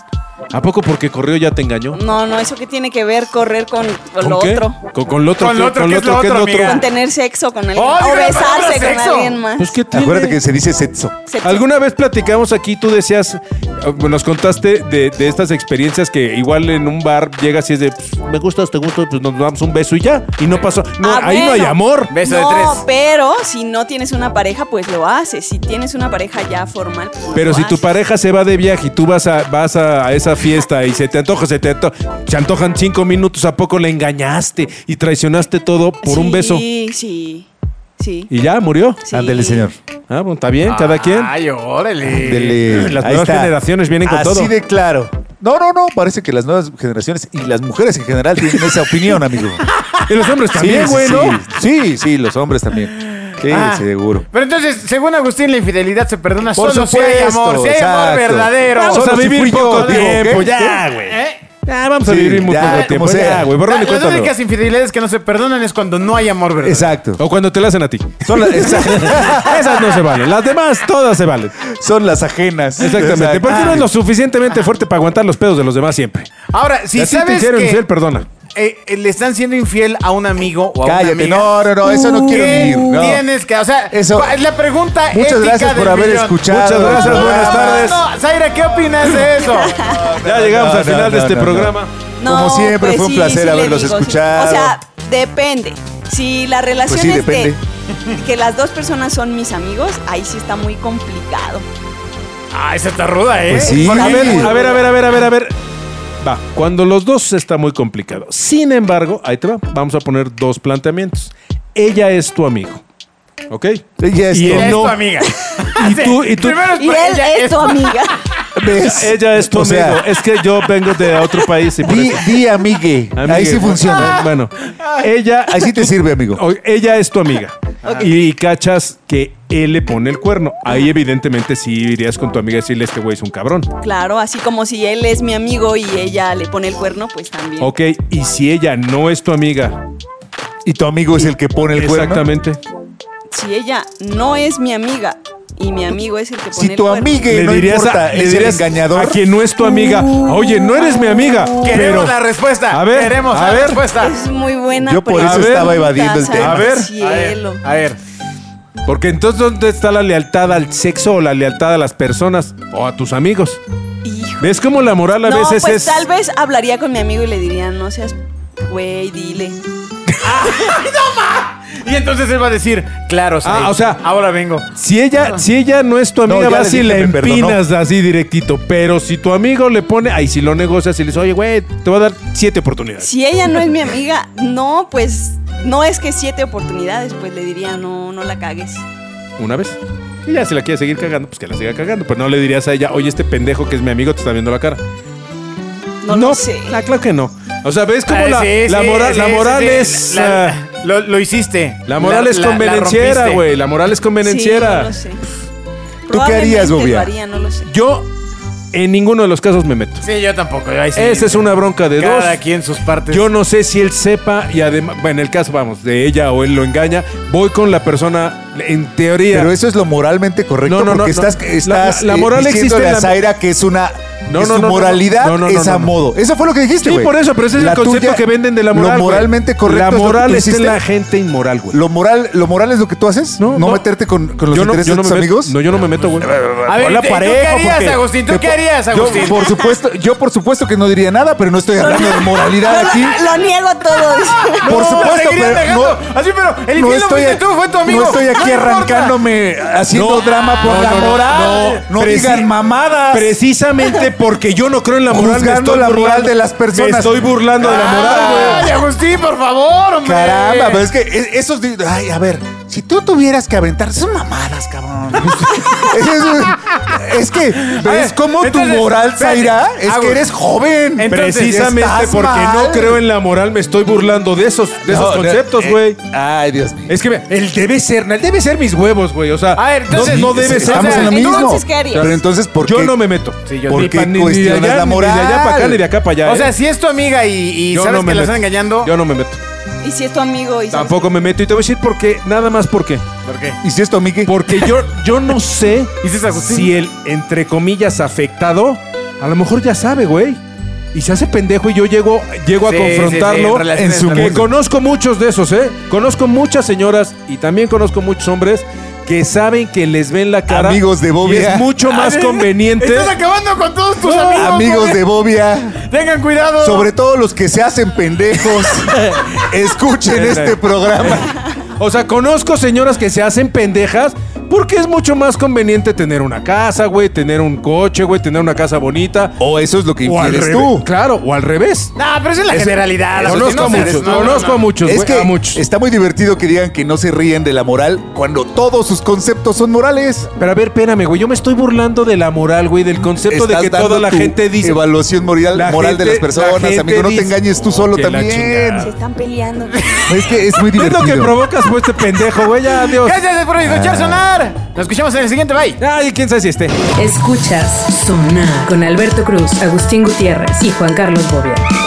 [SPEAKER 5] ¿A poco porque corrió ya te engañó?
[SPEAKER 3] No, no, eso que tiene que ver correr con, con lo
[SPEAKER 5] qué?
[SPEAKER 3] otro.
[SPEAKER 5] Con, con lo otro.
[SPEAKER 2] Con lo otro, ¿qué es lo
[SPEAKER 5] ¿qué
[SPEAKER 2] otro, amiga?
[SPEAKER 3] Con tener sexo con alguien.
[SPEAKER 2] Oh,
[SPEAKER 3] o
[SPEAKER 2] diga la palabra
[SPEAKER 3] besarse con
[SPEAKER 2] sexo.
[SPEAKER 3] alguien más.
[SPEAKER 5] Pues qué tiene?
[SPEAKER 4] Acuérdate que se dice sexo.
[SPEAKER 3] Sexo.
[SPEAKER 5] Alguna vez platicamos aquí, tú decías, eh, nos contaste de, de estas experiencias que igual en un bar llegas y es de, "Pues, me gustas, te gusto, pues nos damos un beso y ya. Y no pasó. No,
[SPEAKER 3] Ah,
[SPEAKER 5] ahí no hay
[SPEAKER 3] bueno.
[SPEAKER 5] amor.
[SPEAKER 2] Beso de
[SPEAKER 3] no,
[SPEAKER 2] tres.
[SPEAKER 3] pero si no tienes una pareja, pues lo haces. Si tienes una pareja ya formal, pues no
[SPEAKER 5] Pero
[SPEAKER 3] lo
[SPEAKER 5] si tu
[SPEAKER 3] haces.
[SPEAKER 5] pareja se va de viaje y tú vas a, vas a, a esa fiesta y se te antoja, se te anto- se antojan cinco minutos, ¿a poco la engañaste y traicionaste todo por un
[SPEAKER 3] Sí,
[SPEAKER 5] beso?
[SPEAKER 3] Sí, sí. Sí.
[SPEAKER 5] Y ya, murió.
[SPEAKER 3] Sí.
[SPEAKER 4] Ándele, señor.
[SPEAKER 5] Ah, bueno, está bien, cada quien.
[SPEAKER 2] Ay, órale.
[SPEAKER 4] Ándele.
[SPEAKER 5] Eh, Las
[SPEAKER 4] Ahí
[SPEAKER 5] nuevas
[SPEAKER 4] está.
[SPEAKER 5] generaciones vienen con
[SPEAKER 4] Así
[SPEAKER 5] todo.
[SPEAKER 4] de claro. No, no, no. Parece que las nuevas generaciones y las mujeres en general tienen esa opinión, amigo.
[SPEAKER 5] Y los hombres también,
[SPEAKER 4] sí,
[SPEAKER 5] güey,
[SPEAKER 4] sí,
[SPEAKER 5] ¿no?
[SPEAKER 4] sí, sí, sí, los hombres también. Sí,
[SPEAKER 2] Ah.
[SPEAKER 4] seguro.
[SPEAKER 2] Pero entonces, según Agustín, la infidelidad se perdona
[SPEAKER 4] Por
[SPEAKER 2] solo si hay
[SPEAKER 4] supuesto,
[SPEAKER 2] amor, si hay amor
[SPEAKER 4] exacto.
[SPEAKER 2] verdadero.
[SPEAKER 5] Vamos
[SPEAKER 4] Solo
[SPEAKER 5] a
[SPEAKER 4] si
[SPEAKER 5] vivir
[SPEAKER 4] fui yo,
[SPEAKER 5] poco
[SPEAKER 4] digo,
[SPEAKER 5] tiempo,
[SPEAKER 4] ¿qué?
[SPEAKER 5] ya, güey.
[SPEAKER 2] ¿Eh?
[SPEAKER 5] Ya, Ah, vamos a
[SPEAKER 4] Sí,
[SPEAKER 5] vivir muy
[SPEAKER 4] ya,
[SPEAKER 5] poco
[SPEAKER 4] como
[SPEAKER 5] tiempo,
[SPEAKER 4] sea.
[SPEAKER 5] ya, güey. Borrón y
[SPEAKER 2] Las
[SPEAKER 5] cuenta
[SPEAKER 2] únicas infidelidades que no se perdonan es cuando no hay amor verdadero.
[SPEAKER 4] Exacto.
[SPEAKER 5] nueva. O cuando te la hacen a ti.
[SPEAKER 4] Son, la- exacto.
[SPEAKER 5] Esas no se valen. Las demás, todas se valen.
[SPEAKER 4] Son las ajenas.
[SPEAKER 5] Exactamente.
[SPEAKER 4] Exacto.
[SPEAKER 5] Porque uno es lo suficientemente fuerte para aguantar los pedos de los demás siempre.
[SPEAKER 2] Ahora, si
[SPEAKER 5] a ti te
[SPEAKER 2] sabes
[SPEAKER 5] hicieron
[SPEAKER 2] que
[SPEAKER 5] infiel, perdona.
[SPEAKER 2] eh, eh, le están siendo infiel a un amigo o a una
[SPEAKER 4] Ah. Cállate,
[SPEAKER 2] amiga,
[SPEAKER 4] no, no, no, eso no quiero
[SPEAKER 2] ¿qué
[SPEAKER 4] ni ir. no.
[SPEAKER 2] Tienes que, o sea,
[SPEAKER 4] Eso.
[SPEAKER 2] ¿cuál es la pregunta
[SPEAKER 4] Muchas
[SPEAKER 2] ética
[SPEAKER 4] gracias por
[SPEAKER 2] del
[SPEAKER 4] haber
[SPEAKER 2] millón?
[SPEAKER 4] escuchado.
[SPEAKER 5] Muchas gracias,
[SPEAKER 4] el
[SPEAKER 5] buenas
[SPEAKER 4] programa.
[SPEAKER 5] tardes.
[SPEAKER 2] No, Zaira, ¿qué opinas de eso?
[SPEAKER 5] Ya llegamos
[SPEAKER 4] no,
[SPEAKER 5] al
[SPEAKER 4] no,
[SPEAKER 5] final de
[SPEAKER 4] no,
[SPEAKER 5] este
[SPEAKER 4] no,
[SPEAKER 5] programa.
[SPEAKER 3] No,
[SPEAKER 4] Como siempre, fue un placer
[SPEAKER 3] le
[SPEAKER 4] haberlos
[SPEAKER 3] sí.
[SPEAKER 4] escuchado.
[SPEAKER 3] O sea, depende. Si la
[SPEAKER 5] Pues
[SPEAKER 3] relación
[SPEAKER 4] sí,
[SPEAKER 3] es de
[SPEAKER 4] depende.
[SPEAKER 3] que las dos personas son mis amigos, ahí sí está muy complicado.
[SPEAKER 2] Ah, esa está ruda, ¿eh?
[SPEAKER 4] Pues sí.
[SPEAKER 2] Porque-
[SPEAKER 5] A ver,
[SPEAKER 4] Sí.
[SPEAKER 5] a ver, a ver, a ver, a ver, a ver. Va, cuando los dos está muy complicado. Sin embargo, ahí te va. Vamos a poner dos planteamientos. Ella es tu amigo. ¿Ok?
[SPEAKER 4] Ella es
[SPEAKER 5] Y
[SPEAKER 4] tu-
[SPEAKER 5] él
[SPEAKER 2] Es
[SPEAKER 5] no.
[SPEAKER 2] tu amiga.
[SPEAKER 5] Y tú, y tú.
[SPEAKER 2] Ah, Primero es
[SPEAKER 3] Y
[SPEAKER 4] Pues
[SPEAKER 2] por
[SPEAKER 3] él
[SPEAKER 2] ella,
[SPEAKER 3] es tu amiga.
[SPEAKER 4] ¿Ves?
[SPEAKER 5] Ella es tu
[SPEAKER 4] O sea,
[SPEAKER 5] amigo. Es que yo vengo de otro país y por
[SPEAKER 4] Di,
[SPEAKER 5] eso-
[SPEAKER 4] di amigue.
[SPEAKER 5] Amigue. Ah.
[SPEAKER 4] Ahí sí funciona.
[SPEAKER 5] Bueno, ella.
[SPEAKER 4] Ahí sí te sirve, amigo.
[SPEAKER 5] O- Ella es tu amiga.
[SPEAKER 2] Ah.
[SPEAKER 5] Y cachas que él le pone el cuerno. Ahí, evidentemente, sí irías con tu amiga y decirle: Este güey es un cabrón.
[SPEAKER 3] Claro, así como si él es mi amigo y ella le pone el cuerno, pues también.
[SPEAKER 5] Ok, y si ella no es tu amiga,
[SPEAKER 4] Y tu amigo es el que pone el cuerno.
[SPEAKER 5] exactamente.
[SPEAKER 3] Si ella no es mi amiga y mi amigo es el que pone
[SPEAKER 4] Si
[SPEAKER 3] el
[SPEAKER 4] tu
[SPEAKER 3] cuerno.
[SPEAKER 4] amigue no importa,
[SPEAKER 5] le
[SPEAKER 4] es el
[SPEAKER 5] dirías
[SPEAKER 4] engañador.
[SPEAKER 5] a quien no es tu amiga, oye, no eres mi amiga,
[SPEAKER 2] Queremos
[SPEAKER 5] pero
[SPEAKER 2] la respuesta.
[SPEAKER 5] A ver,
[SPEAKER 2] Queremos
[SPEAKER 5] a
[SPEAKER 2] la
[SPEAKER 5] ver.
[SPEAKER 2] respuesta.
[SPEAKER 3] Es muy buena.
[SPEAKER 4] Yo por
[SPEAKER 5] eso
[SPEAKER 3] pregunta,
[SPEAKER 5] estaba
[SPEAKER 4] evadiendo el
[SPEAKER 3] Sara
[SPEAKER 4] tema.
[SPEAKER 5] A ver,
[SPEAKER 3] Cielo.
[SPEAKER 2] A ver.
[SPEAKER 5] Porque entonces, ¿dónde está la lealtad al sexo o la lealtad a las personas o a tus amigos?
[SPEAKER 3] Hijo.
[SPEAKER 5] ¿Ves cómo la moral a
[SPEAKER 3] no,
[SPEAKER 5] veces
[SPEAKER 3] pues
[SPEAKER 5] es.
[SPEAKER 3] tal vez hablaría con mi amigo y le diría, no seas güey, dile.
[SPEAKER 2] Y entonces él va a decir, claro, Said,
[SPEAKER 5] Ah, o sea,
[SPEAKER 2] ahora vengo.
[SPEAKER 5] Si ella, si ella no es tu amiga,
[SPEAKER 4] ya
[SPEAKER 5] vas
[SPEAKER 4] le
[SPEAKER 5] y
[SPEAKER 4] dije,
[SPEAKER 5] le
[SPEAKER 4] me perdonó.
[SPEAKER 5] empinas así directito. Pero si tu amigo le pone, ahí si lo negocias y le dices, oye, güey, te voy a dar siete oportunidades.
[SPEAKER 3] Si ella no es mi amiga, no, pues no es que siete oportunidades, pues le diría, no, no la cagues.
[SPEAKER 5] Una vez. Y ya si la quiere seguir cagando, pues que la siga cagando. Pero no le dirías a ella, oye, este pendejo que es mi amigo te está viendo la cara.
[SPEAKER 3] No, lo sé.
[SPEAKER 5] ah, claro que no. O sea, ¿ves cómo
[SPEAKER 2] Ah,
[SPEAKER 5] la,
[SPEAKER 2] sí,
[SPEAKER 5] la
[SPEAKER 2] sí,
[SPEAKER 5] moral,
[SPEAKER 2] sí,
[SPEAKER 5] la
[SPEAKER 2] sí,
[SPEAKER 5] moral
[SPEAKER 2] sí.
[SPEAKER 5] es.
[SPEAKER 2] La- la-
[SPEAKER 5] ah,
[SPEAKER 2] lo, lo hiciste.
[SPEAKER 5] La moral es
[SPEAKER 2] la- la
[SPEAKER 5] convenenciera,
[SPEAKER 2] rompiste.
[SPEAKER 5] güey. La moral es
[SPEAKER 3] Sí, no
[SPEAKER 5] convenenciera.
[SPEAKER 3] lo sé.
[SPEAKER 4] ¿Tú qué harías,
[SPEAKER 3] Probablemente
[SPEAKER 4] Bobia?
[SPEAKER 3] Lo haría, no lo sé.
[SPEAKER 5] Yo en ninguno de los casos me meto.
[SPEAKER 2] Sí, yo tampoco. ahí sí.
[SPEAKER 5] Esa es una bronca de dos.
[SPEAKER 2] Cada quien sus partes.
[SPEAKER 5] Yo no sé si él sepa y además, bueno, en el caso, vamos, de ella o él lo engaña, voy con la persona en teoría.
[SPEAKER 4] Pero eso es lo moralmente correcto
[SPEAKER 5] No, no, no,
[SPEAKER 4] porque
[SPEAKER 5] no.
[SPEAKER 4] estás,
[SPEAKER 5] La-
[SPEAKER 4] estás
[SPEAKER 5] la- la
[SPEAKER 4] eh,
[SPEAKER 5] moral
[SPEAKER 4] diciéndole
[SPEAKER 5] existe en
[SPEAKER 4] a
[SPEAKER 5] la-
[SPEAKER 4] Zaira que es una...
[SPEAKER 5] No,
[SPEAKER 4] que
[SPEAKER 5] no,
[SPEAKER 4] su
[SPEAKER 5] no, no,
[SPEAKER 4] moralidad
[SPEAKER 5] no, no, no,
[SPEAKER 4] es
[SPEAKER 5] no,
[SPEAKER 4] a
[SPEAKER 5] no.
[SPEAKER 4] modo. Eso fue lo que dijiste,
[SPEAKER 5] sí,
[SPEAKER 4] este, güey.
[SPEAKER 5] por eso, pero ese es
[SPEAKER 4] La
[SPEAKER 5] el concepto
[SPEAKER 4] tuya-
[SPEAKER 5] que venden de la moral.
[SPEAKER 4] Lo
[SPEAKER 5] güey.
[SPEAKER 4] moralmente correcto
[SPEAKER 5] La
[SPEAKER 4] es lo que tú
[SPEAKER 5] moral está en
[SPEAKER 4] hiciste.
[SPEAKER 5] la gente inmoral, güey.
[SPEAKER 4] Lo moral, lo moral es lo que tú haces, no,
[SPEAKER 5] No, no.
[SPEAKER 4] meterte con, con los
[SPEAKER 5] Yo no,
[SPEAKER 4] intereses
[SPEAKER 5] yo no
[SPEAKER 4] de
[SPEAKER 5] me
[SPEAKER 4] tus
[SPEAKER 5] meto-
[SPEAKER 4] amigos.
[SPEAKER 5] No, yo no me meto, güey.
[SPEAKER 2] A ver,
[SPEAKER 4] Hola,
[SPEAKER 2] ¿y te- y tú
[SPEAKER 4] parejo,
[SPEAKER 2] qué harías,
[SPEAKER 4] porque-
[SPEAKER 2] Agustín? ¿Tú
[SPEAKER 4] Te-
[SPEAKER 2] qué harías, Agustín?
[SPEAKER 4] Yo, por supuesto, yo por supuesto que no diría nada, pero no estoy hablando de moralidad aquí.
[SPEAKER 3] Lo niego todo. dice.
[SPEAKER 4] por
[SPEAKER 2] No,
[SPEAKER 4] supuesto,
[SPEAKER 2] seguirías
[SPEAKER 4] pero no,
[SPEAKER 2] negando. Así, pero el
[SPEAKER 4] no
[SPEAKER 2] infierno
[SPEAKER 4] estoy,
[SPEAKER 2] fuiste tú, fue tu amigo.
[SPEAKER 4] no estoy aquí
[SPEAKER 2] importa.
[SPEAKER 4] arrancándome haciendo drama por
[SPEAKER 5] no,
[SPEAKER 4] la
[SPEAKER 5] no, no,
[SPEAKER 4] moral. No,
[SPEAKER 5] no, preci-
[SPEAKER 4] digan mamadas.
[SPEAKER 5] Precisamente porque yo no creo en la moral. me
[SPEAKER 4] Juzgando
[SPEAKER 5] estoy
[SPEAKER 4] la moral
[SPEAKER 5] burlando-
[SPEAKER 4] de las personas.
[SPEAKER 5] Me estoy burlando de la moral, güey.
[SPEAKER 2] Ay, Agustín, por favor, hombre.
[SPEAKER 4] Caramba, pero es que e- esos. di- Ay, a ver, si tú tuvieras que aventar, son mamadas, cabrón. es, es que, ¿ves
[SPEAKER 2] ver,
[SPEAKER 4] cómo
[SPEAKER 2] entonces,
[SPEAKER 4] tu moral,
[SPEAKER 2] espérate,
[SPEAKER 4] Zaira? Es
[SPEAKER 2] Agus-
[SPEAKER 4] que eres joven.
[SPEAKER 2] Entonces,
[SPEAKER 5] Precisamente
[SPEAKER 4] estás
[SPEAKER 5] porque
[SPEAKER 4] mal.
[SPEAKER 5] no creo en la moral, me estoy burlando de esos, de
[SPEAKER 4] No,
[SPEAKER 5] esos
[SPEAKER 4] no,
[SPEAKER 5] conceptos,
[SPEAKER 4] eh,
[SPEAKER 5] güey.
[SPEAKER 4] ay, Dios mío.
[SPEAKER 5] Es que me- el debe ser, el debe ser mis huevos, güey. O sea,
[SPEAKER 2] A ver,
[SPEAKER 5] no-
[SPEAKER 2] entonces-
[SPEAKER 5] no, debe ser.
[SPEAKER 4] Estamos
[SPEAKER 2] o sea,
[SPEAKER 4] en lo mismo.
[SPEAKER 3] entonces, ¿qué harías?
[SPEAKER 4] Pero entonces, ¿por qué?
[SPEAKER 5] yo no me meto.
[SPEAKER 2] Sí, yo
[SPEAKER 5] ¿Por
[SPEAKER 4] ni
[SPEAKER 5] qué
[SPEAKER 4] pa-
[SPEAKER 5] ni, ni de
[SPEAKER 4] cuestionas
[SPEAKER 5] allá,
[SPEAKER 4] la
[SPEAKER 5] ni de allá
[SPEAKER 4] moral?
[SPEAKER 5] para acá, ni de acá para allá.
[SPEAKER 2] O sea,
[SPEAKER 5] ¿eh?
[SPEAKER 2] si es tu amiga y, y
[SPEAKER 5] Yo
[SPEAKER 2] sabes
[SPEAKER 5] no me
[SPEAKER 2] que la
[SPEAKER 5] meto.
[SPEAKER 2] están engañando.
[SPEAKER 5] Yo no me meto.
[SPEAKER 3] Y si es tu amigo y sabes-
[SPEAKER 5] Tampoco me meto. Y te voy a decir por qué, nada más por qué.
[SPEAKER 2] ¿Por qué?
[SPEAKER 4] ¿Y si esto, Miki?
[SPEAKER 5] Porque yo, yo no sé
[SPEAKER 2] ¿Dices Agustín?
[SPEAKER 5] si el, entre comillas, afectado, a lo mejor ya sabe, güey. Y se hace pendejo y yo llego, llego
[SPEAKER 2] Sí,
[SPEAKER 5] a
[SPEAKER 2] sí, sí,
[SPEAKER 5] confrontarlo
[SPEAKER 2] relaciones
[SPEAKER 4] en su
[SPEAKER 5] Que
[SPEAKER 2] también.
[SPEAKER 4] mundo.
[SPEAKER 5] conozco muchos de esos, ¿eh? Conozco muchas señoras y también conozco muchos hombres que saben que les ven la cara.
[SPEAKER 4] Amigos de
[SPEAKER 5] Y
[SPEAKER 4] Bobia.
[SPEAKER 5] es mucho más conveniente.
[SPEAKER 2] Estás acabando con todos tus amigos.
[SPEAKER 4] Amigos
[SPEAKER 2] güey.
[SPEAKER 4] de Bobia,
[SPEAKER 2] Tengan cuidado.
[SPEAKER 4] sobre todo los que se hacen pendejos, escuchen este programa.
[SPEAKER 5] O sea, conozco señoras que se hacen pendejas porque es mucho más conveniente tener una casa, güey, tener un coche, güey, tener una casa bonita.
[SPEAKER 4] O eso es lo que
[SPEAKER 5] O al
[SPEAKER 4] infieres
[SPEAKER 5] revés.
[SPEAKER 4] tú.
[SPEAKER 5] Claro, o al revés.
[SPEAKER 2] No, pero esa es la generalidad. Agustín,
[SPEAKER 5] Conozco a
[SPEAKER 2] no seas-
[SPEAKER 5] muchos,
[SPEAKER 2] no, no,
[SPEAKER 5] conozco
[SPEAKER 2] no.
[SPEAKER 5] a muchos,
[SPEAKER 4] Es
[SPEAKER 5] güey,
[SPEAKER 4] que
[SPEAKER 5] a muchos.
[SPEAKER 4] está muy divertido que digan que no se ríen de la moral cuando todos sus conceptos son morales.
[SPEAKER 5] Pero a ver, espérame, güey, yo me estoy burlando de la moral, güey, del concepto de
[SPEAKER 4] Estás
[SPEAKER 5] que
[SPEAKER 4] dando
[SPEAKER 5] toda la
[SPEAKER 4] tu
[SPEAKER 5] gente dice...
[SPEAKER 4] Evaluación moral,
[SPEAKER 5] La
[SPEAKER 4] moral de las
[SPEAKER 5] gente- la
[SPEAKER 4] personas,
[SPEAKER 5] gente
[SPEAKER 4] amigo. No te
[SPEAKER 5] dice-
[SPEAKER 4] engañes tú solo
[SPEAKER 5] Oh, que la
[SPEAKER 4] también.
[SPEAKER 5] chingada.
[SPEAKER 3] Se están peleando.
[SPEAKER 4] Es que es muy
[SPEAKER 5] Es
[SPEAKER 4] divertido.
[SPEAKER 5] lo que provocas, güey, este pendejo, güey, ya, adiós.
[SPEAKER 2] Gracias por escuchar sonar. Nos escuchamos en el siguiente. Bye.
[SPEAKER 5] Ay, quién sabe si esté.
[SPEAKER 1] Escuchas Sonar con Alberto Cruz, Agustín Gutiérrez y Juan Carlos Bobia.